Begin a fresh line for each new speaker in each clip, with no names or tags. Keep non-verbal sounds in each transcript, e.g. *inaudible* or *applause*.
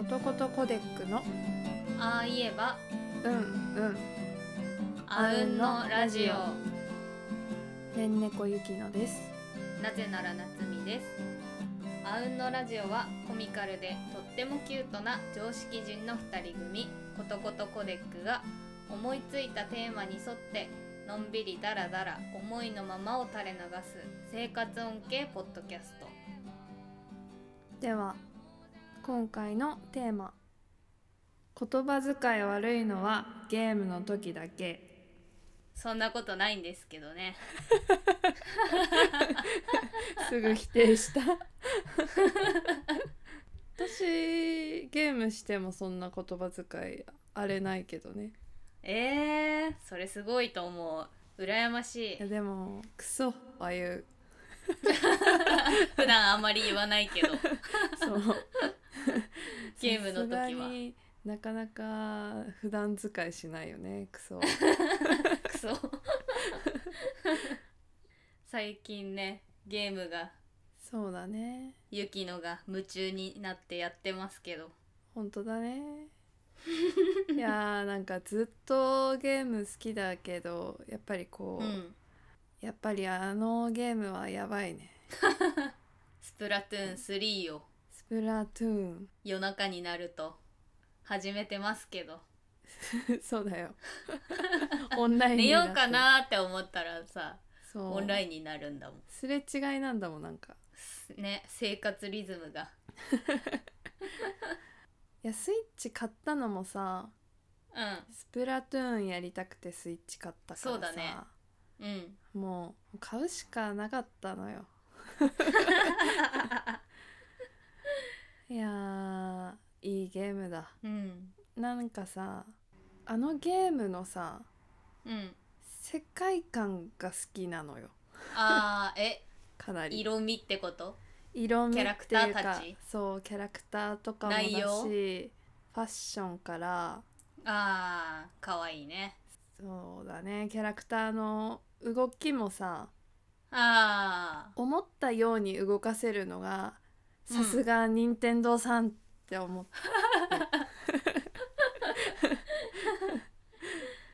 コデックの
ああ言えば
うんうん
あうんのラジオ
ねんねこゆきのです
なぜなら夏美ですあうんのラジオはコミカルでとってもキュートな常識人の2人組ことことコデックが思いついたテーマに沿ってのんびりダラダラ思いのままを垂れ流す生活音系ポッドキャスト
では今回のテーマ言葉遣い悪いのはゲームの時だけ
そんなことないんですけどね
すぐ否定した *laughs* 私ゲームしてもそんな言葉遣いあれないけどね
えー、それすごいと思う羨ましい *laughs*
いやでもクソああいう
普段あんまり言わないけど
*laughs* そう
ゲームの時は
さすがになかなか普段使いしないよねクソ
クソ最近ねゲームが
そうだね
ユキノが夢中になってやってますけど
本当だ
*laughs*
ねいやーなんかずっとゲーム好きだけどやっぱりこ
う
う、
ん
やっぱりあのゲームはやばいね
スプラトゥーン3を
スプラトゥーン
夜中になると始めてますけど
*laughs* そうだよ
*laughs*
オンライン
寝
に
よ
っ
う
た
かなーって思ったらさ
そう
オンラ
イン
インになるんだもん
すれ違いなんだもんなんか
すね生活リズムが
いやスイッチ買ったのもさ
う
スプラトゥーンやりたくてスイッチ買ったからさ
そうだねんうん
もう買うしかなかったのよいやーいいゲームだ
うん
なんかさあのゲームのさ
うん
世界観が好きなのよ
あーえ
かなり
色味ってこと
色味
キャ
っ
ラク
て
タ
い
ー
う
たち
かそうキャラクターとかもだし
内
フ
容
ァッションから
あーかわいいね
そうだねキャラクターの動きもさ
あー
思ったように動かせるのが
うん
さすが任天堂さんって思
*laughs*
って、 *laughs*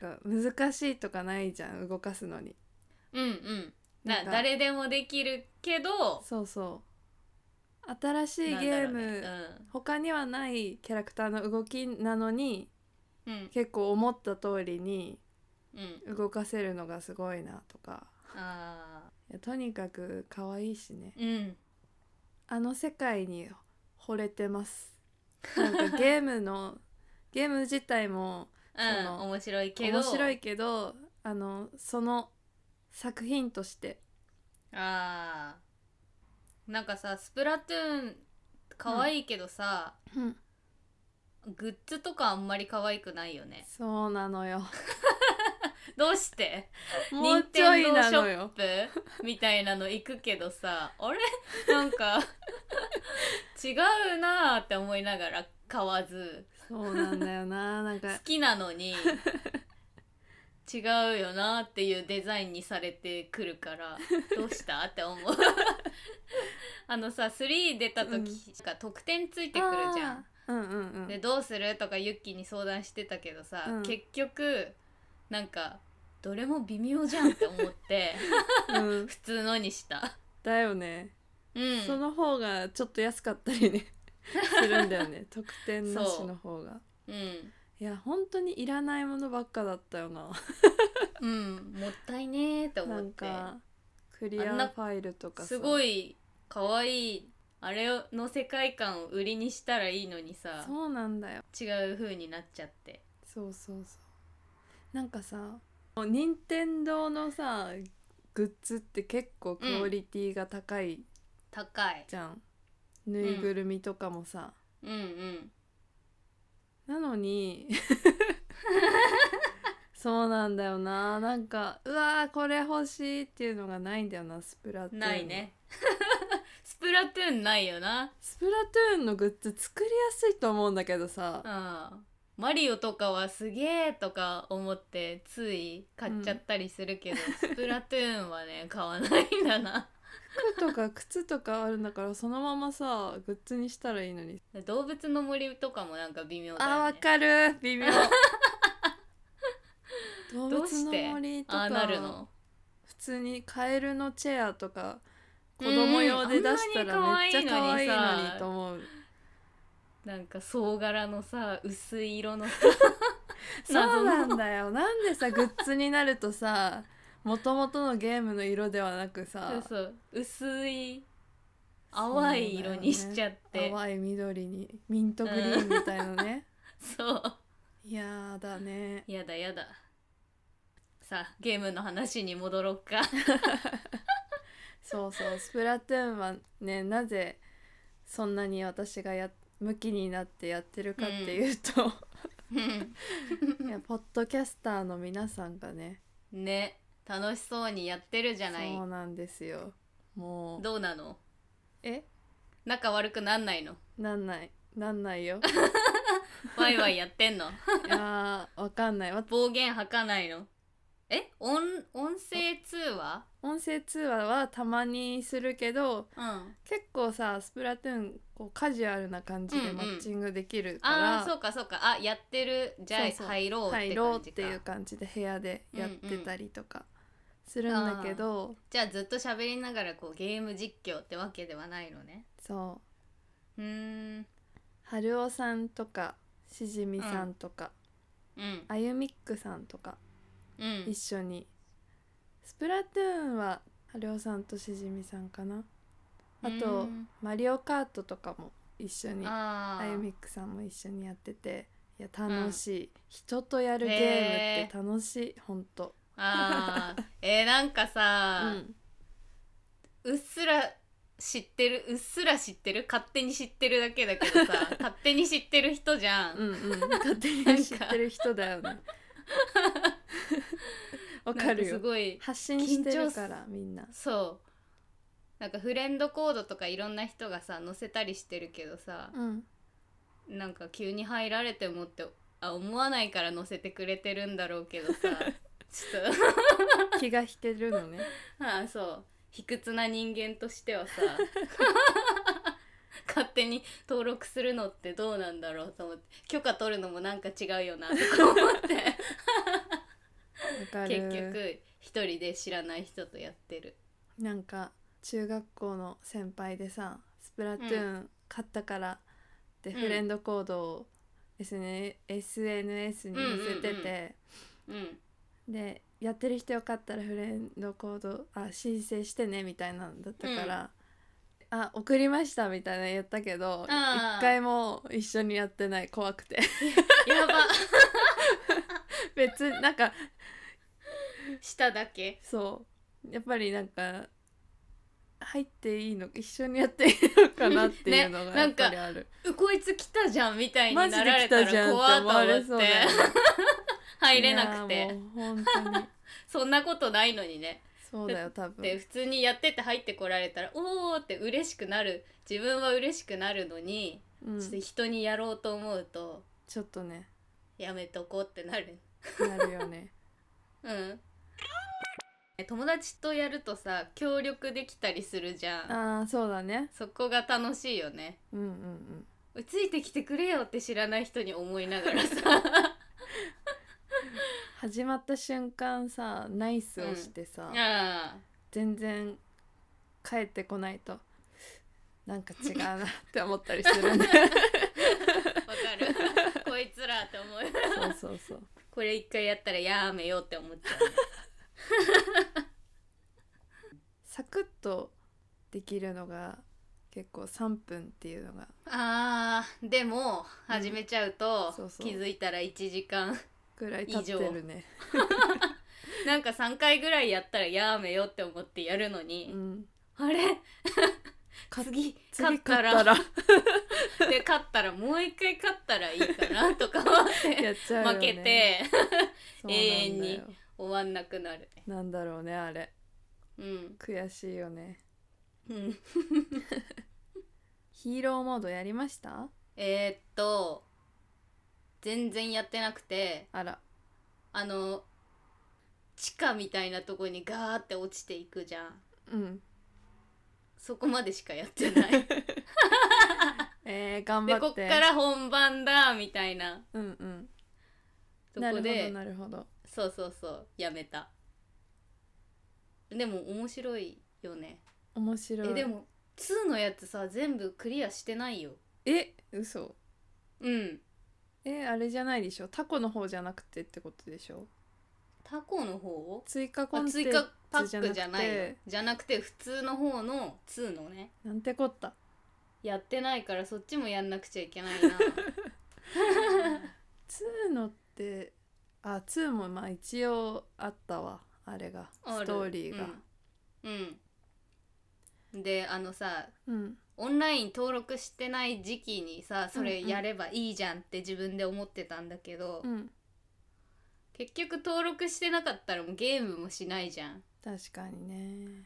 なんか難しいとかないじゃん動かすのに
うんうんな
なんか
誰でもできるけど
そうそう新しいゲーム、
なんだろ
他にはないキャラクターの動きなのに
うね
結構思った通りに
うんうんうん
動かせるのがすごいなとか
あ
いやとにかく可愛いしね
ーうん
あの世界に惚れてます。なんかゲームの *laughs* ゲーム自体も
う
そ
ん
の
面白いけど
面白いけど、あのその作品として
あーなんかさスプラトゥーン可愛いけどさ、グッズとかあんまり可愛くないよね
そうなの
*laughs*
よ。
どうして
もうちょいなのよ。
ップみたいなの行くけどさあれな
*laughs*
んか違うなーって思いながら買わず
そうなんだよな。なん
好
か
きなの
*laughs*
に違うよなーっていうデザインにされてくる
*laughs*
からどうしたって思うあのさ3出た
うん
時しか得点ついてくるじゃん、
あー。うんうんうん。
でどうするとかユッキーに相談してたけどさ、
うん
結局なんかどれも微妙じゃんって思って
*laughs* うん
普通のにした
だよね、
うん
その方がちょっと安かったり
*laughs*
ねするんだよね。特典なしの方が。
うん
いや本当にいらないものばっかだったよな。
うんもったいねーって
な
思っ
ん
て
かクリア
あんな
ファイルとかさ
すごい可愛いあれの世界観を売りにしたらいいのにさ
そうなんだよ
違う風になっちゃって
そうそうそうなんかさ任天堂のさグッズって結構クオリティが高い
高い
じゃん、ぬいぐるみとかもさ、
うんうん
なのに *laughs* そうなんだよななんかうわーこれ欲しいっていうのがないんだよなスプラトゥーン
ないね *laughs* スプラトゥーンないよな
スプラトゥーンのグッズ作りやすいと思うんだけどさ
うんマリオとかはすげーとか思 *laughs* ってつい買っちゃったりするけど、スプラトゥーンはね買わないんだな
服とか靴とかあるんだからそのままさグッズにしたらいいのに
動物の森とかもなんか微妙だよ、ね、
あわかる微
*laughs*
妙動
どう
物
し
の
て
森と
あ
か
あなるの
普通にカエルのチェアとか子供用で出した
うんあん
ら
な
め
に
っちゃ可愛い
可愛いの
の
に
にと思う
なんか総柄のさ薄い色のさ
そう
謎の
なんだよなんでさグッズになるとさもともとのゲームの色ではなくさ
そうそう薄い淡い色にしちゃってそう,、
淡い緑にミントグリーンみたいなね、いやーだね
やだやださあゲームの話に戻ろうか
そうそうスプラトゥーンはねなぜそんなに私がや向きになってやってるかっていうと、いやポッドキャスターの皆さんがね
*laughs* ね楽しそうにやってるじゃない
そうなんですよもう
どうなの
え
仲悪くなんないの
なんないなんないよ
ワイワイやって *laughs* んの
いやーわかんないわ
暴言吐かないのえ音音声通話
音声通話はたまにするけど
うんあ
結構さスプラトゥーンこうカジュアルな感じ
うん
で
うん
マッチングできるから、
あーそうかそうかあやってるじゃ
そう
あ
そう
入ろうって
入ろうっ
感じ
て
か
いう感じで部屋でやってたりとかするんだけど、
じゃあずっと喋りながらこうゲーム実況ってわけではないのね
そう
うーん
春雄さんとかしじみさんとか、
うん
あゆみっくさんとか
うん
一緒にスプラトゥーンは春雄さんとしじみさんかなあ
う
と
ん
「マリオカート」とかも一緒にあ
あー
ゆみっくさんも一緒にやってていや楽しい、人とやるゲームって楽しいほんと
あーえー、なんか
う
さ、
ん
うっすら知ってるうっすら知ってる勝手に知ってるだけだけ
*laughs*
どさ勝手に知ってる人じゃん、
うん
*laughs*
うん勝手に知ってる人だよねわかる
なん
よ
すごい
発信してるからみんな
そうなんかフレンドコードとかいろんな人がさ載せたりしてるけどさ、
うん
なんか急に入られてもってあ思わないから載せてくれてるんだろう
*laughs*
けどさちょっ
気が引けるのね
とああそう卑屈な人間として
*laughs*
はさ勝手に登録するのってどうなんだろうと思って許可取るのもなんか違うよなと
*laughs*
か思っ
わか
て
る
結局一人で知らない人とやってる。
なんか中学校の先輩でさ「スプラトゥーン買ったから」って
うん
フレンドコードを SN SNS に載せてて、 *laughs*
うん、
でやってる人よかったらフレンドコードあ申請してねみたいなのだったから「あ送りました」みたいなのやったけど
あー
一回も一緒にやってない怖くて *laughs*
やば
別になんか
しただけ
そうやっぱりなんか入っていいの一緒にやっていいのかなっていうの
ね
が
な
やっ
んか
ぱりある、
うこいつ来たじゃんみたいに
マ
な
ジで
られ
来
た
たじゃ
ら
んって
怖
思
っと
わ
思
れ
って
そうだよね
入れなく
いや
て
ーもう本当に
そんなことないのにね
そうだよ多分
*laughs* で普通にやってて入ってこられたらおーって嬉しくなる自分は嬉しくなるのに、
うん、
ちょっと人にやろうと思うと
ちょっとね
やめとこうってなる
なるよね
うん友達とやるとさ協力できたりするじゃん
ああそうだね
そこが楽しいよね
うんうんうん
ついてきてくれよって知らない人に思いなが
*laughs*
らさ
始まった瞬間さナイスをしてさ、
あ
全然帰ってこないとなんか違うなって思ったりするね
*laughs* ーわか
*laughs*
るこいつらって思う
そうそうそう
これ一回やったらやめようって思っちゃうね
サクッとできるのが結構3分っていうのが
あーでも
うん
始めちゃうと、
そうそう
気づいたら1時間
ぐらい経ってるね。
なんか3回ぐらいやったらやめようって思ってやるの
う
に、
ん、
あ
*laughs*
れ
か
次勝
次
った
勝
ら
ったら
で勝ったらもう一回勝ったらいいかなとか思って
やっちゃうよ、ね、
負けて
そうなんだよ
永遠に終わんなくなるね
なんだろうねあれ
うん
悔しいよね
うん
ヒーローモードやりました
えー、っと全然やってなくて
あら
あの地下みたいなとこにガーって落ちていくじゃん
うん
そこまでしかやっ
*laughs*
てない
えー、頑張
で
って
こっから本番だみたいな
うんうん
と
な
こ
るほど
で
なるほど
そうそうそうやめたでも面白いよね
面白い
えでも2のやつさ全部クリアしてないよ
え嘘
うん
えあれじゃないでしょタコの方じゃなくてってことでしょ
タコの方
追加コ
あ
ンテン
追加パ
ツじゃ
ッ
なく
ク
て
じゃないよじゃなくて普通の方の2のね
なんてこった
やってないからそっちもやんなくちゃいけな
*laughs*
いな
2のってあ2もまあ一応あったわあれが
あ
ス
る
トーリーが
うん、うんであのさ
うん
オンライン登録してない時期にさそ
うん
れ
うん
やればいいじゃんって自分で思ってたんだけど、
うん
結局登録してなかったらもうゲームもしないじゃん
確かにね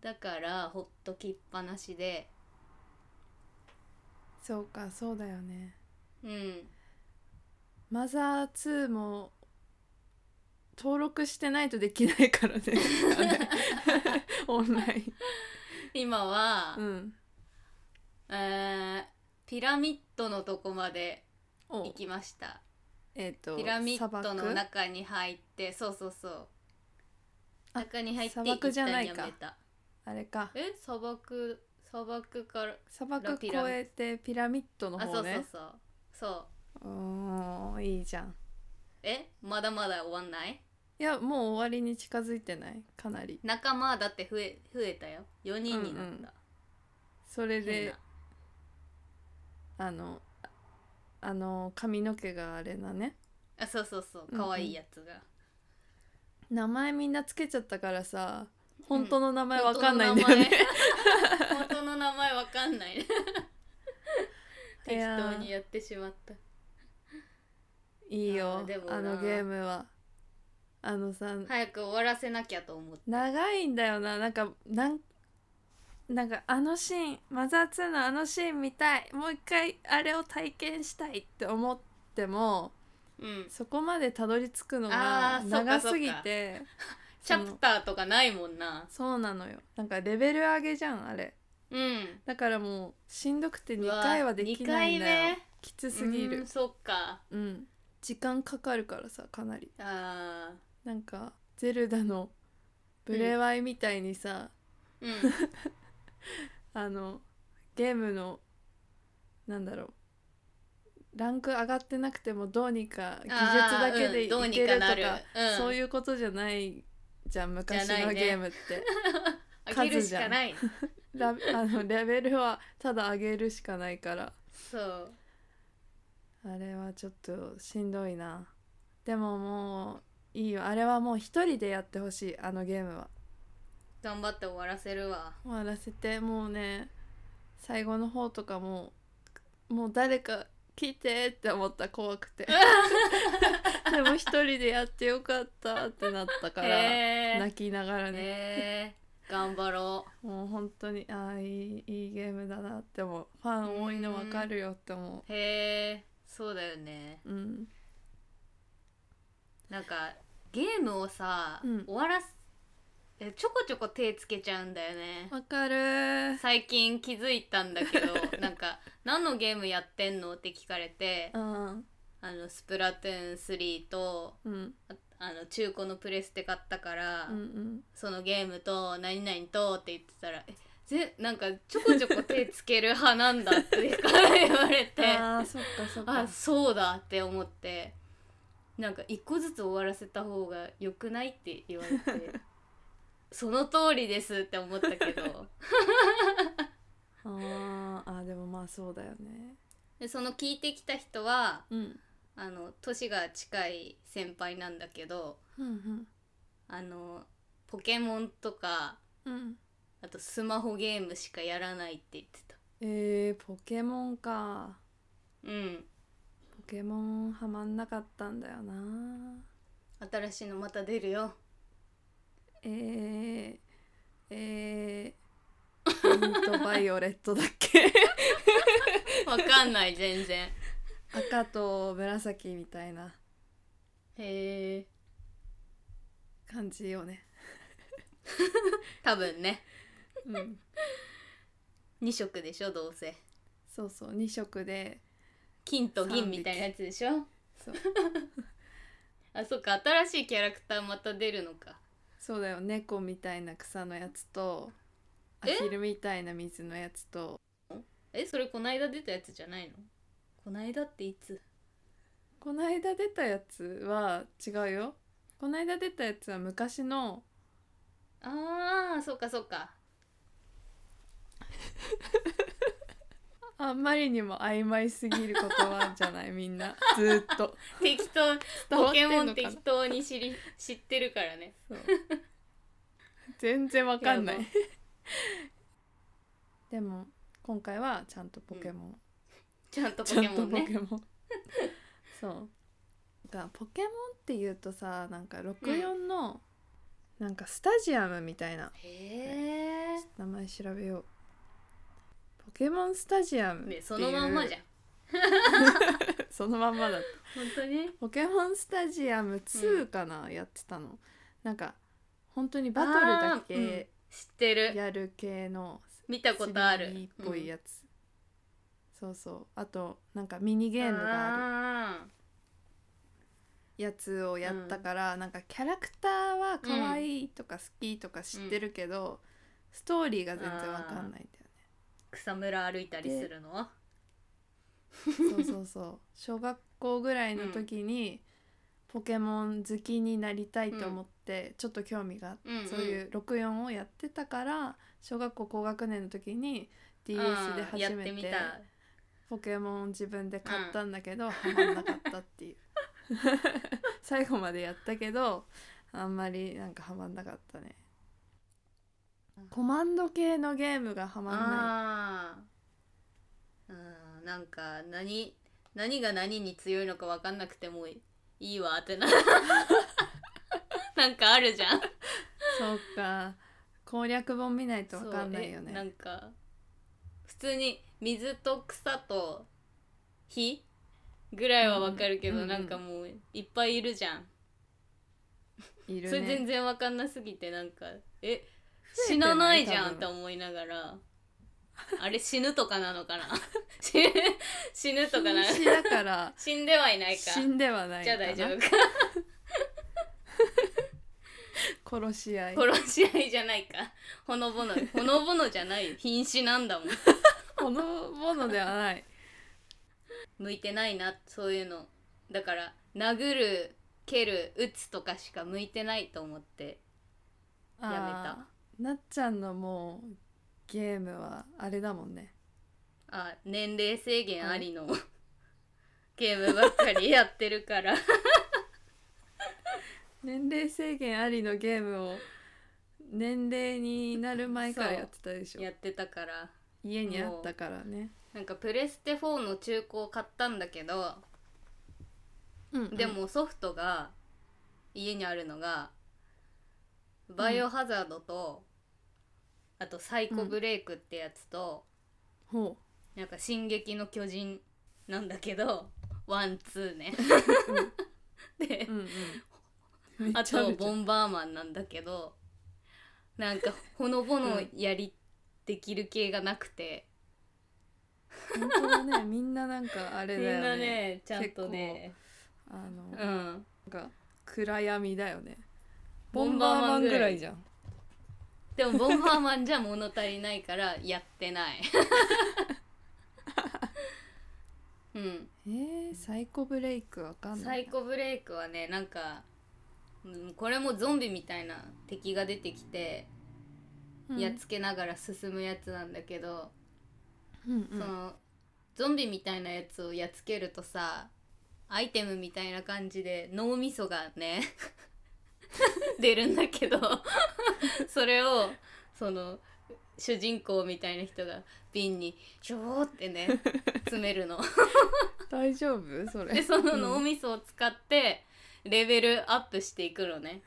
だからほっときっぱなしで
そうかそうだよね
うん
マザー2も登録してないとできないから
*laughs*
ねあれオンライン
今は、
うん
えーピラミッドのとこまで
お
行きました
えっ、と
ピラミッド
砂漠
の中に入ってそうそうそう
あ
中に入って
砂漠
一
じゃ
旦
ない
や
か
めた
あれか
え砂漠砂漠から
砂漠越えてピラミッドの
あそ
方
うそう
ね
そうそう
おーいいじゃん
えまだまだ終わんない
いやもう終わりに近づいてないかなり
仲間だって増え増えたよ4人になった、
うんうんそれ
変
で
な
あのあの髪の毛があれだね
あそうそうそ
うんう
うん可愛いやつが、
名前みんなつけちゃったからさ本当
の
の名前わかんないんだよね、
*laughs* 本当の名前わかん *laughs* ない
い
適
やー
当にやってしまった
*laughs* いいよ
あーでも
あ
な
のゲームはあのさ、
早く終わらせなきゃと思って
長いんだよななんかなんなんかあのシーンマザー2のあのシーン見たいもう一回あれを体験したいって思っても
うん
そこまでたどり着くの
あ
が
ー
長
そうか
す
そう
ぎ
か
てそ
チャ
の
プターとかないもんな
そうなのよなんかレベル上げじゃんあれ
うん
だからもうしんどくて
うわ
2回はできないんだ
二
よ
回目
きつすぎ
う
る
んそっか
うん、時間かかるからさかなり
あ
なんかゼルダのブレワイみたいにさ、
ー *laughs* うん
あのゲームのなんだろうランク上がってなくてもどうにか技術だけで
あーうんどう
い
に
け
か
ると
な
か,、
るうん
そう
*laughs*
いうことじゃないじゃん昔
じゃない
の
ね
ゲームって、 *laughs*
あげるしかない
ラあのレベルはただ上げるしかないから
そう
あれはちょっとしんどいなでももういいよあれはもう一人でやってほしいあのゲームは
頑張って終わらせるわ
終わらせてもうね最後の方とかもうもう誰か来てって思った怖く *laughs* てでも一人でやってよかったってなったから
へ
泣きながら
え
ね
へー頑張ろ
もう本当にああいいいいゲームだなって思うファン多いの分かるよって思
うへえそうだよね
ううん
なんかゲームをさ、
うん
終わらすえちょこちょこ手つけちゃうんだよね
わかるー
最近気づいたんだけど
*laughs*
なんか「何のゲームやってんの?」って聞かれて
うん
「あのスプラトゥーン3と」
うん
ああの中古のプレステ買ったから、
うんうん
そのゲームと「何々と」って言ってたら「えぜなんかちょこちょこ手つける派なんだ」って言われて
*laughs*
あ
あーそっかそっか
そうだって思ってなんか一個ずつ終わらせた方が良くないって言われてその通りですって思ったけど。
あーあーでもまあそうだよね
でその聞いてきた人は
うん
あの年が近い先輩なんだけど
うん
あのポケモンとか
うんうん
あとスマホゲームしかやらないって言ってた
えー、ポケモンか
うん
ポケモンはまんなかったんだよな
新しいのまた出るよ
えー、えー、ピンとバイオレットだっけ
わかんない全然へ
赤と紫みたいな
え
感じよね
多分ね
うん
2色でしょどうせ
そうそう2色で
金と銀みたいなやつでしょ
そう
*laughs* あそっか新しいキャラクターまた出るのか
そうだよ猫みたいな草のやつとア
え
ヒルみたいな水のやつと
えそれこないだ出たやつじゃないのこないだっていつ
こないだ出たやつは違うよこないだ出たやつは昔の
ああそっかそっか
あんまりにも曖昧すぎる言葉じゃないみんなずーっと
適
*laughs*
当
伝わ
ポ
って
ケ
んのか
モ
な
ン適当に知り知ってるからね
そう全然わかんない
やば
でも今回はちゃんとポケモン、
ちゃんとポ
ちゃ
ケ
んと
モン
ポケ
ね
モンそうなんかポケモンっていうとさなんか64の、なんかスタジアムみたいな
へえ
名前調べようポケモンスタジアムっていう
ねそのまんまじゃん
*laughs* そのまんまだった
本当に
ポケモンスタジアム2かな、やってたのなんか本当にバトルだ
あーうん
け
知ってる
やる系の
見たことある
3D っぽいやつ、そうそうあとなんかミニ
うん
ゲームがある
あ
やつをやったから、なんかキャラクターは可愛いとか好きとか知ってるけど、ストーリーが全然わかんないんだよね
ー草むら歩いたりするのは
そうそうそう小学校ぐらいの時に、ポケモン好きになりたいと思って、ちょっと興味があって、
うんうん
そういう64をやってたから小学校高学年の時に DS で
あーや
初
っ
め
て
て
みた
ポケモン自分で買ったんだけど、ハマんなかったっていう *laughs* 最後までやったけどあんまりなんかハマんなかったねコマンド系のゲームがハマんない
あーうんなんか何何が何に強いのか分かんなくてもいいわってな
*laughs*
なんかあるじゃん
そうか攻略本見ないとわかんないよ
そう
ね
えなんか普通に水と草と火ぐらいは分かるけど、
うんうん
なんかもういっぱいいるじゃん、
いる
それ
ね
全然分かんなすぎてなんかえ
えてない
死なないじ
多
ゃん
分
って思いながらあれ死ぬとかなのかな *laughs* 死ぬ死ぬとかな
禁止だから
死んではいないか
死んではない
じゃ
か
あ大丈
な
夫
殺し合い
か殺し合いじゃないかほのぼのほのぼのじゃないよ瀕死なんだもん *laughs*
このものではない
向いてないなそういうのだから殴る蹴る打つとかしか向いてないと思って *laughs* やめた
あーなっちゃんのもうゲームはあれだもんね
あ年齢制限ありの、ゲームばっかりやってるから
年齢制限ありのゲームを年齢になる前から
そう
やってたでしょ
やってたから
家にあったからね
なんかプレステ4の中古を買ったんだけど
うんうん
でもソフトが家にあるのが「バイオハザードと」あと「サイコブレイク」ってやつと、
ほ
なんか「進撃の巨人」なんだけどワンツーね。で
う、うん
*laughs*
うん、
あと「ボ
ン
ンバーマン」なんだけどなんかほのぼのやりできる系がなくて、
本当だねみんななんかあれ
み
だ
んな
よね
ねちゃんとね、
あの、
う
なん
ん、
か暗闇だよね
ボ
ボ
ン
ン
バ
バ
ー
ー
マ
マ
ン
ン
ぐ
ぐ
ら
ら
い
いじゃん
でも「ボンバーマン」じゃ物足りないからやってないうん
えー、サイコブレイクわかん
サ
ない
イコブレイクはねなんかうんこれもゾンビみたいな敵が出てきて
うん
やっつけながら進むやつなんだけど、
うんうん
そのゾンビみたいなやつをやっつけるとさアイテムみたいな感じで脳みそがね *laughs* 出るんだけど *laughs* それをその主人公みたいな人が瓶にジョーってね詰め
*laughs*
るの。
大丈夫それ
でその
うん
脳みそを使ってレベルアップしていくのね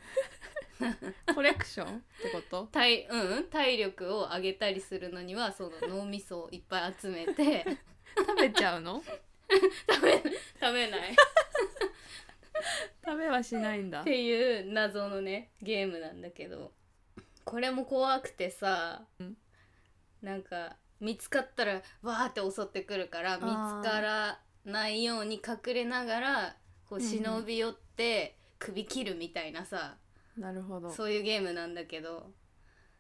コレクションってこと
体,、うん、体力を上げたりするのにはその脳みそをいっぱい集めて
*laughs* 食べちゃうの
食べ食べないっ
食べはしないんだ
ていう謎のねゲームなんだけどこれも怖くてさ、
うん
なんか見つかったらわーって襲ってくるから見つからないように隠れながらこう
うんうん
忍び寄って首切るみたいなさ、
なるほど
そういうゲームなんだけど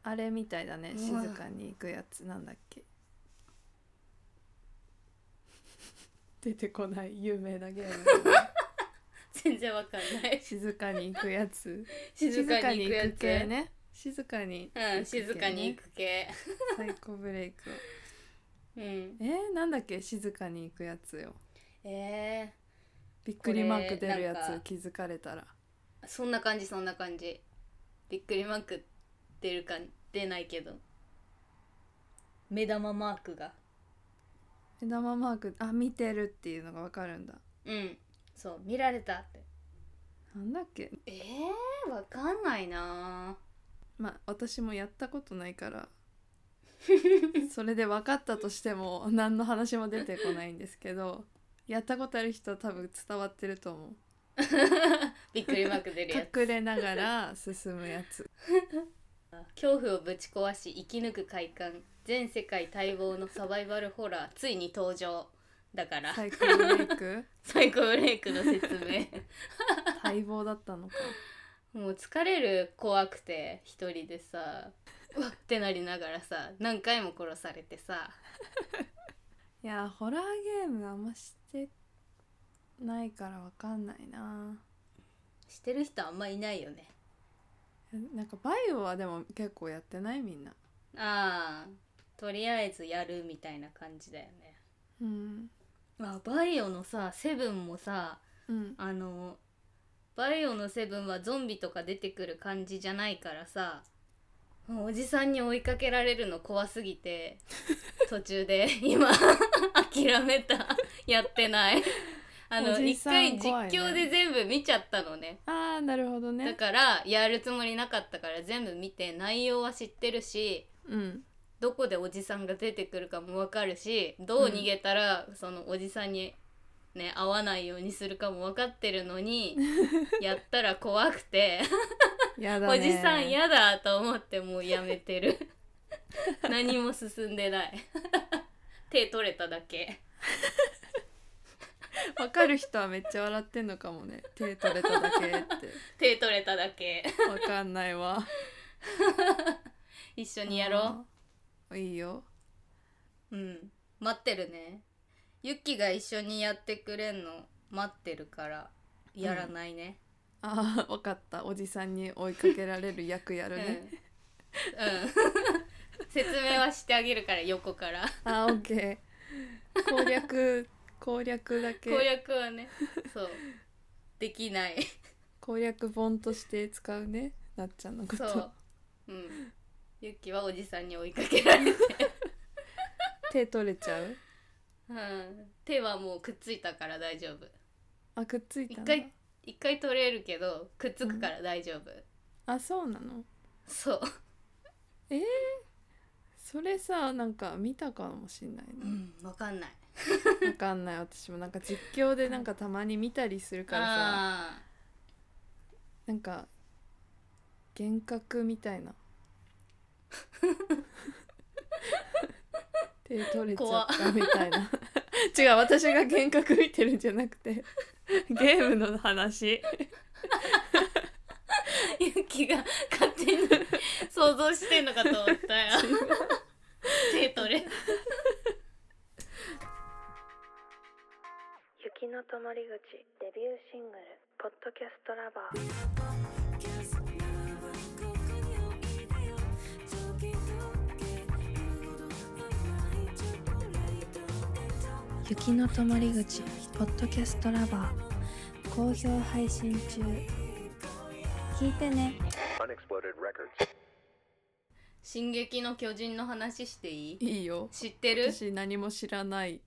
あれみたいだね
う
静
わ
かに行くやつなんだっけ *laughs* 出てこない有名なゲー *laughs* ム
全然わかんない
静かに行くやつ
*laughs* 静かに行くや
静系
つ、
ね静かに
うん静かに行く系、
サイコブレイクを
うん、
えー、なんだっけ静かに行くやつよ
え
びっくりマーク出るや
これな
つ
んか
気づかれたら
ー、そんな感じそんな感じびっくりマーク出るか出ないけど目玉マークが
目玉マークあ見てるっていうのがわかるんだ
うんそう見られたって
なんだっけ
えー、わかんないな
まあ私もやったことないからそれで分かったとしても何の話も出てこないんですけどやったことある人は多分伝わってると思う
びっくりマーク出るやつ *laughs*
隠れながら進むやつ
恐怖をぶち壊し生き抜く快感全世界待望のサバイバルホラーついに登場だから
サイコブレイク
最高ブレイクの説明 *laughs*
待望だったのか
もう疲れる怖くて一人でさうわっってなりながらさ何回も殺されてさ
いやホラーゲームあんましてないから分かんないな
してる人あんまいないよね
なんかバイオはでも結構やってないみんな
ああとりあえずやるみたいな感じだよね
うん
あバイオのさセブンもさ
うん
あのバイオのセブンはゾンビとか出てくる感じじゃないからさもうおじさんに追いかけられるの怖すぎ *laughs* て途中で今諦めたやってないあ
お
の
じ
一
さん
回実
怖いね
況で全部見ちゃったのね
ああなるほど
だ
ね
からやるつもりなかったから全部見て内容は知ってるし
うん
どこでおじさんが出てくるかもわかるしどう逃げたら、そのおじさんにね会わないようにするかも分かってるのにやったら怖くて、
やだね
おじさん嫌だと思ってもうやめてる *laughs* 何も進んでない *laughs* 手取れただけ
わかる人はめっちゃ笑ってんのかもね手取れただけって
手取れただけ
わかんないわ
一緒にやろ
ういいよ
ううん待ってるねユッキが一緒にやってくれんの待ってるからやらないね、
ああわかったおじさんに追いかけられる役やるね、
うん、うん、 *laughs* 説明はしてあげるから横から
あーオッケー攻略攻略だ
攻
け
略はねそうでき *laughs* ない
攻略本として使うねなっちゃんのこ
そ
と
ううんユッキはおじさんに追いかけられて、
手取れちゃう
うん、手はもうくっついたから大丈夫
あくっついた
一
んだ
回一回取れるけどくっつくから大丈夫、
あそうなの
そう、
それさなんか見たかもしんないな
うん、分かんない
わかんない私もなんか実況でなんかたまに見たりするからさ
あ
なんか幻覚みたい *laughs* な手取れちゃったみたいな違う私が幻覚見てるんじゃなくてゲームの話
ー *laughs* ユッキが勝手に想像してんのかと思 *laughs* ったよ手取れ *laughs*
雪の止まり口デビューシングル「ポッドキャストラバー」雪の止まり口ポッドキャストラバー好評配信中聞いてね
Unexploded Records.
「進撃の巨人」の話していい
いいよ
知ってる
私何も知らない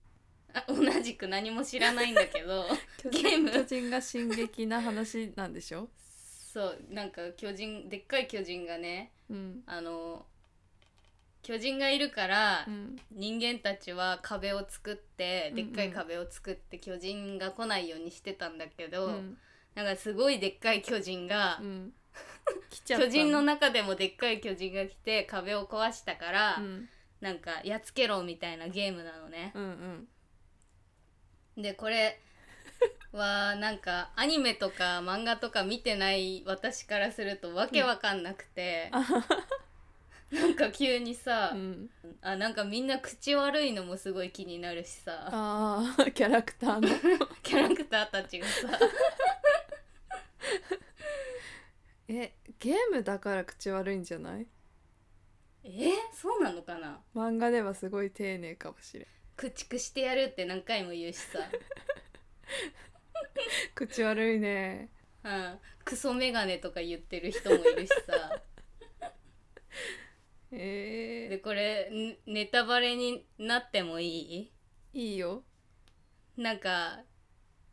あ同じく何も知らないんだけど *laughs*
巨
ゲー
人
ム
巨人が進撃な話なんでしょ
そうなんか巨人でっかい巨人がね
うん
あの巨人がいるから、
うん
人間たちは壁を作って
うん
で
う
っ
ん
かい壁を作って巨人が来ないようにしてたんだけど、
うん
なんかすごいでっかい巨人が、
うん来ちゃった
巨人の中でもでっかい巨人が来て壁を壊したから、
うん
なんかやっつけろみたいなゲームなのね
うんうん
でこれはなんかアニメとか漫画とか見てない私からするとわけわかんなくて、なんか急にさ、
うん
あなんかみんな口悪いのもすごい気になるしさ
ああキャラクターの
キャラクターたちがさ *laughs*
えゲームだから口悪いんじゃない
えそうなのかな
漫画ではすごい丁寧かもしれん *laughs*
駆逐してやるって何回も言うしさ、
口悪いね
うん、クソメガネとか言ってる人もいるしさで
え
これんネタバレになってもいい
ー、いいよ
なんか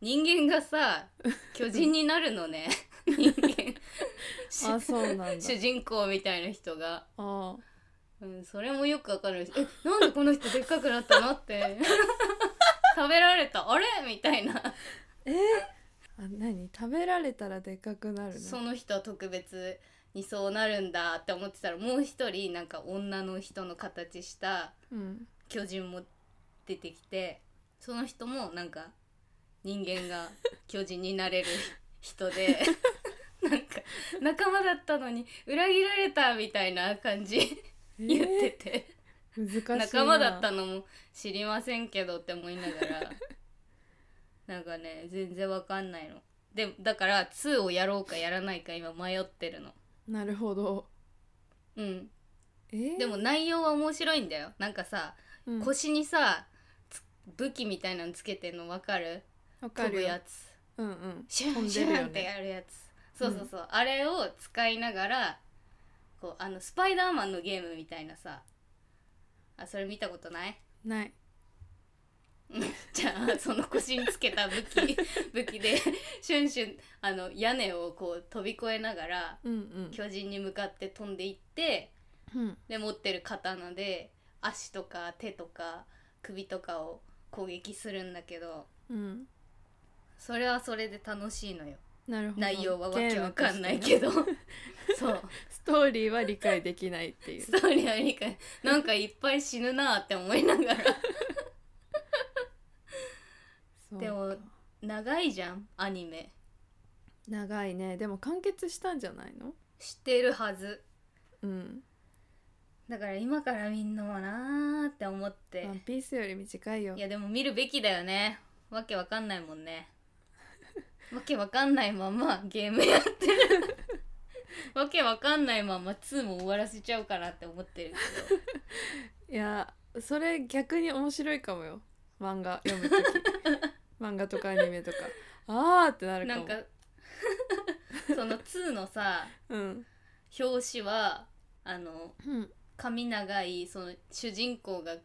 人間が
*laughs*
さ巨人になるのね人間
*laughs* あそうなん
*laughs*
だ
主人公みたいな人が、
あ
うん、それもよくわかるしえなんでこの人でっかくなったのって
*laughs*
食べられたあれみたいな
えー、あ何食べられたらでかくなるの
その人は特別にそうなるんだって思ってたらもう一人なんか女の人の形した
うん
巨人も出てきてその人もなんか人間が巨人になれる
*laughs*
人でなんか仲間だったのに裏切られたみたいな感じ
え
言って
ー、難
て、
しいな
仲間だったのも知りませんけどって思いながらなんかね全然わかんないの。でだから2をやろうかやらないか今迷ってるの。
なるほど
うん、
えー、
でも内容は面白いんだよなんかさ
うん、
腰にさつ武器みたいなのつけてんのわかる
わか
飛ぶ
るよ
やつ
うんうん
シュ
飛
ン
ん
シ
でるよね
ュンってやるやつそうそうそう、あれを使いながらこうあのスパイダーマンのゲームみたいなさあそれ見たことない *laughs*
ない
じゃあその腰につけた武
*laughs*
器武器でシュンシュンあの屋根をこう飛び越えながら
うんうん
巨人に向かって飛んでいって
うん
で持ってる刀で足とか手とか首とかを攻撃するんだけど
うん
それはそれで楽しいのよ
なるほど
内容はわけわかんないけ
ゲームと
ど *laughs* そ
して
う
ね *laughs* ストーリーは理解できないって
*laughs*
いう
ストーリーは理解なんかいっぱい死ぬなって思いながら
そう
でも長いじゃんアニメ
長いねでも完結したんじゃないの
知ってるはず
うん
だから今から見んのはなーって思って
ワンピースより短いよ
いやでも見るべきだよねわけわかんないもんね *laughs* わけわかんないままゲームやってるわけわかんないまま2も終わらせちゃうかなって思ってるけど
いやそれ逆に面白いかもよ漫画読む
*laughs*
時漫画とかアニメとかあーってなるか
なん
も
か *laughs* その2のさ
うん
表紙はあの
うん
髪長いその主人公が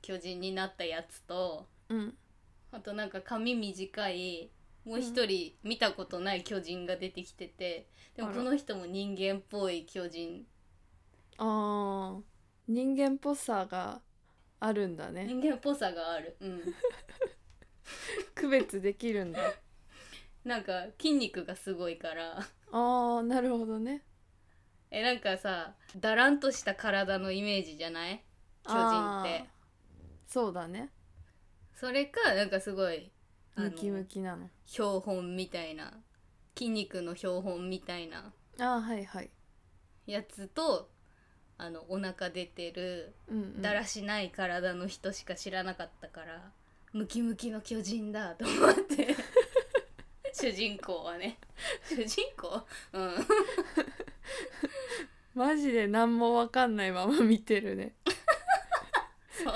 巨人になったやつと
うん
あとなんか髪短いもう一人見たことない巨人が出てきてて、で
あ
も
ら
この人も人間っぽい巨人
あー人間っぽさがあるんだね
人間っぽさがある、うん、
区別できるんだ
なんか筋肉がすごいから
あーなるほどね
えなんかさだらんとした体のイメージじゃない巨人っ
あー
て
そうだね
それかなんかすごいあの
ムキムキなの
標本みたいな筋肉の標本みたいな
あーはいはい
やつとあのお腹出てる
うん、うん、
だらしない体の人しか知らなかったから、ムキムキの巨人だと思って
*laughs*
主人公はね主人公うん
マジで何もわかんないまま見てるね
そう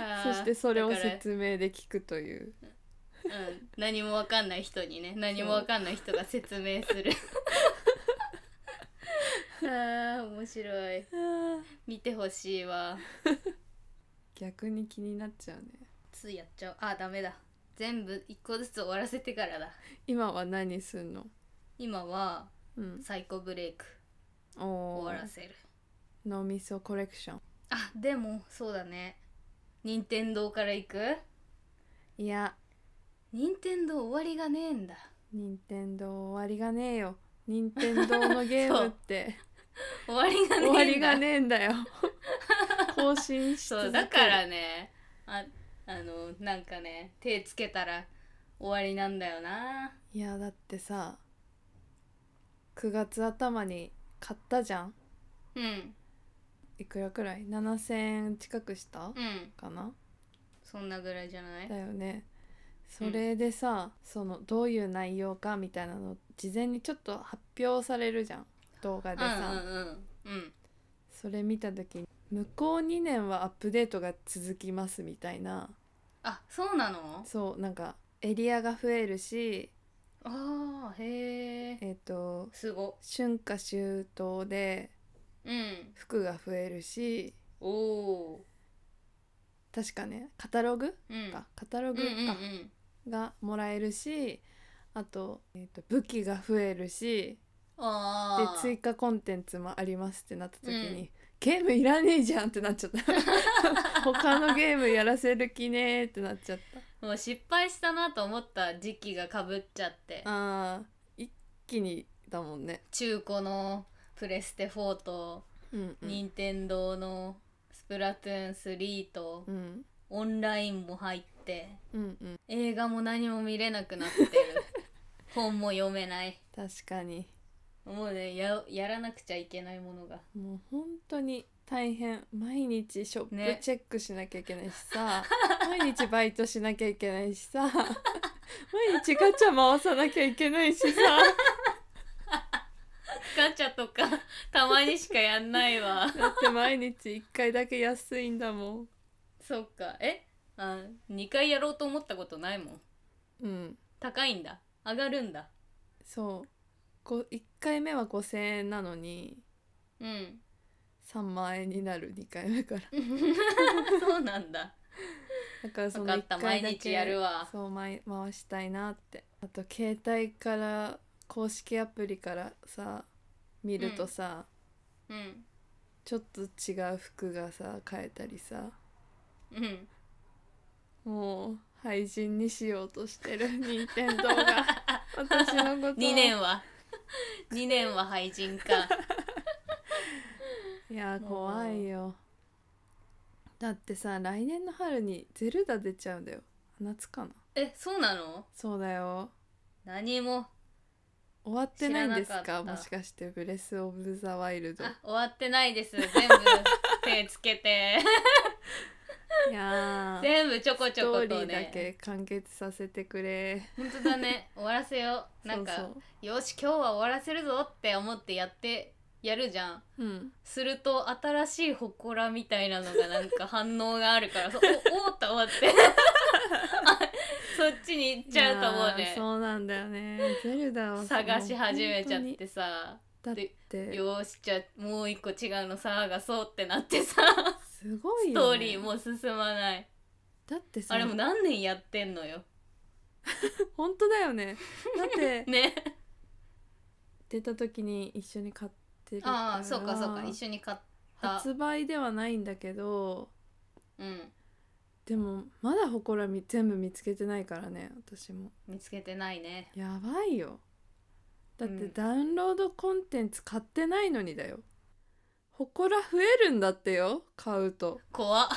あ
そ
ー
してそれを
だから
説明で聞くという
うん、何もわかんない人にね何もわかんない人が説明する *laughs* あー面白い
あー
見てほしいわ
逆に気になっちゃうね
つやっちゃうあーダメだ全部一個ずつ終わらせてからだ
今は何すんの
今は
うん
サイコブレイク
お
終
ー
わらせる
脳みそコレクション
あでもそうだね任天堂から行く
いや
任天堂終わりがねえんだ
任天堂終わりがねえよ任
*laughs*
天堂のゲームって
終わりがねえんだ
終わりがねえんだよ更新し続け
そう
る
だからねああのなんかね手つけたら終わりなんだよない
やだってさ9月頭に買ったじゃん
うん
いくらくらい7,000円近くした
うん
かな
そんなぐらいじゃない
だよねそれでさ、そのどういう内容かみたいなの事前にちょっと発表されるじゃん動画でさ、
うんうんうん
それ見た時に向こう2年はアップデートが続きますみたいな
あそうなの
そうなんかエリアが増えるし
あーへえ
えっ、と
すご
春夏秋冬で
うん
服が増えるし
おお
確かねカタログ
ーうん
かカタロ
うん
グ
う
か、
んうん
がもらえるしあと,、えー、と武器が増えるしで
ああ
追加コンテンツもありますってなった時に、
うん
ゲームいらねえじゃんってなっちゃった *laughs* 他のゲームやらせる気ねえってなっちゃっ
もう失敗したなと思った時期がかぶっちゃって
たあー一気にだもんね
中古のプレステ4と
うんうん、
任天堂のスプラトゥーン3と
うん、
オンラインも入って
うんうん
映画も何も見れなくな *laughs* ってる本も読めない
確かに
もうねややらなくちゃいけないものが
もう本当に大変毎日ショッ
ね
プチェックしなきゃいけないし *laughs* さ、毎日バイトしなきゃいけないしさ毎日ガチャ回さなきゃいけないしさ
ガチャとかたまにしかやんない *laughs* わ
だって毎日1回だけ安いんだもん
そっかえあ2回やろうと思ったことないもん
うん
高いんだ上がるんだ
そうこ1回目は5,000円なのに
うん
3万円になる2回目から
*laughs* そうなんだ
だからその
わかった
1回だけ
毎日やるわ
そう毎回したいなってあと携帯から公式アプリからさ見るとさ、
うん
ちょっと違う服がさ変えたりさ
うん
もう廃人にしようとしてる任天堂
*laughs*
が私のことを
2年は2年は廃人か
いやー
もう
怖いよだってさ来年の春に「ゼルダ」出ちゃうんだよ夏かな
*laughs* えそうなの
そうだよ
何も
終わってないんですか
知らなかった
もしかして「ブレス・オブ・ザ・ワイルド
あ」終わってないです全部手つけ *laughs* て
いやー
全部ちょこ
ス
ち
ト
ょこ
ーリ
と
ーだ
ね
け完結させてくれ
本当だね終わらせようなんか
そうそ
よし今日は終わらせるぞって思ってやってやるじゃん
ううん
すると新しい祠みたいなのがなんか反応がある
*laughs*
からそおおっと思ってあそっちに行っちゃうと思
い
う
やー
ね
そうなんだよねゼルダをさ
探し始めちゃっ
もう本
てさ
当にだって
よーしじゃあもう一個違うの探そうってなってさ
すごい
ス
よ、ね、
トーリーもう進まない
だってさ
あれも何年やってんのよ。
本当だよねだって
ね。
*laughs* 出た時に一緒に買ってるから
ああ、そうかそうか。一緒に買った。
発売ではないんだけど
うん。
でもまだほこらみ全部見つけてないからね私も
見つけてないね。
やばいよだっ
う
て
ん
ダウンロードコンテンツ買ってないのにだよほこら増えるんだってよ買うと
怖っ。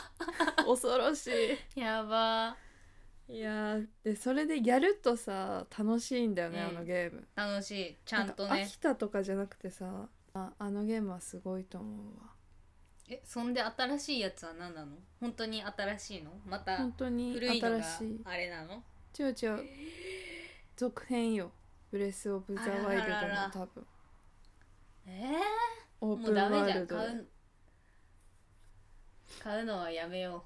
恐ろし
やば *laughs*
いいやーでそれでやるとさ楽しいんだよね、
うん
あのゲーム
ー。楽しい。ちゃんと
なか
ね
飽き。たとかじゃなくてさああのゲームはすごいと思うわ
え、そんで新しいやつは何なの本当に新しいのまた
本当に
古いの
新
が
しい
あれなの
違う違う続編よブレス・オブ・ザ・ワイルド
あららら
の
ら
多分
え
オ
ー、
ー
も
プ
う
ン
ダ
ワ
メじ
ー
ゃん。
ルド
買う。買うのはやめよ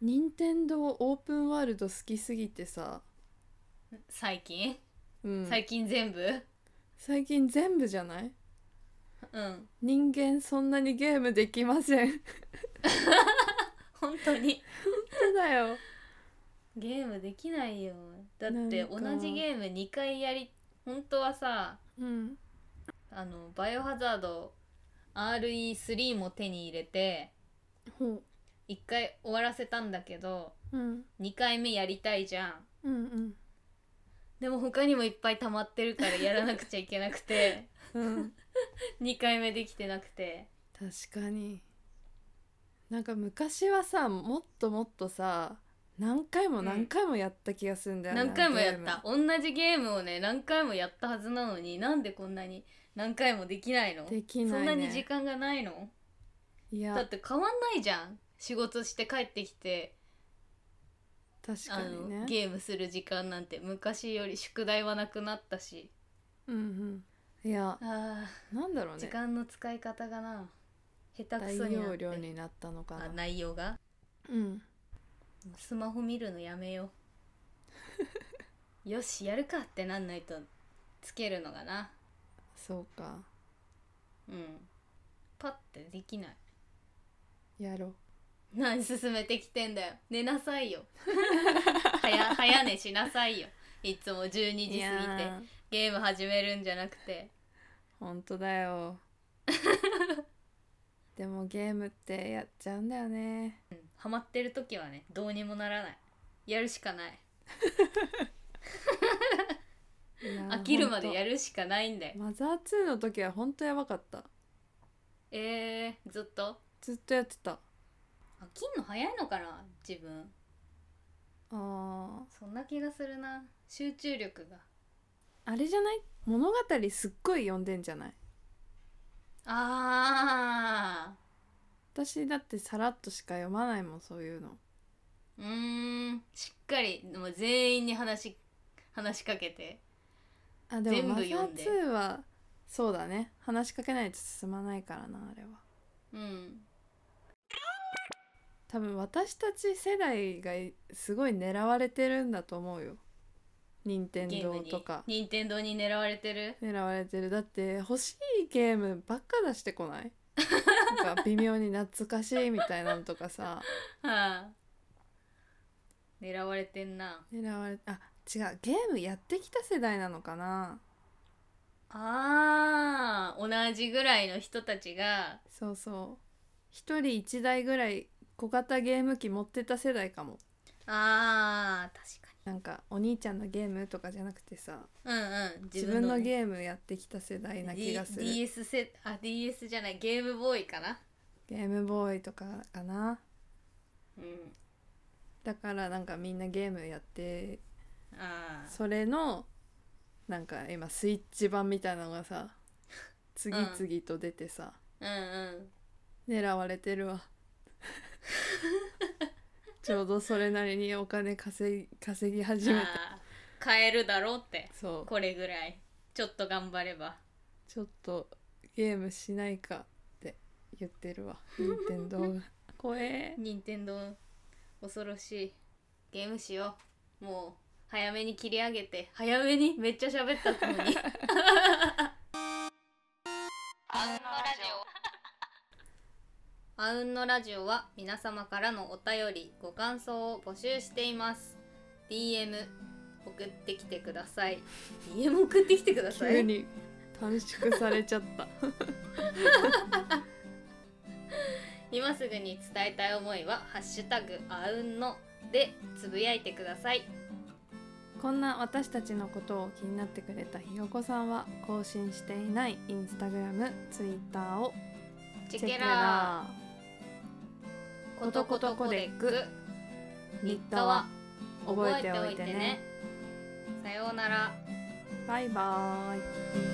任天堂オープンワールド好きすぎてさ、
う。最近、
うん、
最近全部
最近全部じゃない
うん。
人間そんなにゲームできません
本当に。
そうだよ
ゲームできないよだって
な
同
んか
じゲーム2回やり本当はさ
うん
あのバイオハザード RE3 も手に入れて
ほ
1回終わらせたんだけど
ううん
2回目やりたいじゃん
うんうん
でも他にもいっぱい溜まってるからやらなくちゃいけな
*laughs*
くて
うん
2回目できてなくて
確かになんか昔はさもっともっとさ何回も何回もやった気がするんだよね、
何回もやっ
ゲー
た同じゲームをね何回もやったはずなのになんでこんなに何回もできないの
ムできない、ね、
そんなに時間がないの
い
だ
や
って変わんないじゃん仕事して帰ってきて
確か
あ
に
の
ね
ゲームする時間なんて昔より宿題はなくなったし
うんうんいや
あ
なんだろう
ー
ね
時間の使い方がな下手く
大
そになっ
容
て
量になったのかな
あ内容が
うん
スマホ見るのやめよ *laughs* うよしやるかってなんないとつけるのがな
そうか
うんパッてできない
やろう
何進めてきてんだよ寝なさ *laughs* いよ早早寝しなさいよいつも12時
いや
過ぎて
ー
ゲーム始めるんじゃなくて
本当だ
*laughs*
よでもゲームってやっちゃうんだよね
ハマってる時はねどうにもならないやるしかない
いやー
飽きるまで
ほんと
やるしかないんだよ
マザー2の時は本当やばかった
えー、ずっと
ずっとやってた
飽きんの早いのかな自分
あー
そんな気がするな集中力が
あれじゃない物語すっごい読んでんじゃない
あ
私だってさらっとしか読まないもんそういうの
ーうーんしっかりもう全員に話し話しかけて
あでも
全
マ
部
ザ
読ん
ー
で
2はそうだね話しかけないと進まないからなあれは
うん
多分私たち世代がいすごい狙われてるんだと思うよ任天
ゲーム
堂
に
とか
任天堂に狙われてる
狙われてるだって欲しいゲームばっか出してこないなんか微妙に懐かしいみたいなのとかさ
はあ狙われてんな
狙われあ違うゲームやってきた世代なのかな
あー同じぐらいの人たちが
そうそう一人一台ぐらい小型ゲーム機持ってた世代かも
あー確か
なんかお兄ちゃんのゲームとかじゃなくてさ
にうんうん
自分の
ー
ゲームやってきた世代な気がする、
DS せあ DS じゃないゲームボーイかな
ゲームボーイとかかな
うん
だからなんかみんなゲームやって
あー
それのなんか今スイッチ版みたいなのが
*laughs*
さ次々と出てさ、
うんうん
狙われてる
*laughs*
わちょうどそれなりにお金稼ぎ稼ぎ始めて
あー買えるだろうって
そう
これぐらいちょっと頑張れば
ちょっとゲームしないかって言ってるわ任天堂
*laughs*
が怖え
任天堂恐ろしいゲームしようもう早めに切り上げて早めにめっちゃ喋ったのにあうんのラジオは皆様からのお便りご感想を募集しています DM 送ってきてください DM 送ってきてくださ
*laughs*
い
急に短縮されちゃった
今すぐに伝えたい思いは「ハッシュタグあうんの」でつぶやいてください
こんな私たちのことを気になってくれたひよこさんは更新していないインスタグラムツイッターを
チェケラーコトコトコデック
ニ
日
ッ
課
タ
は
は
覚
覚
え
え
て
て
お
お
い
い
て
て
ね
ね
さようなら
バイバーイ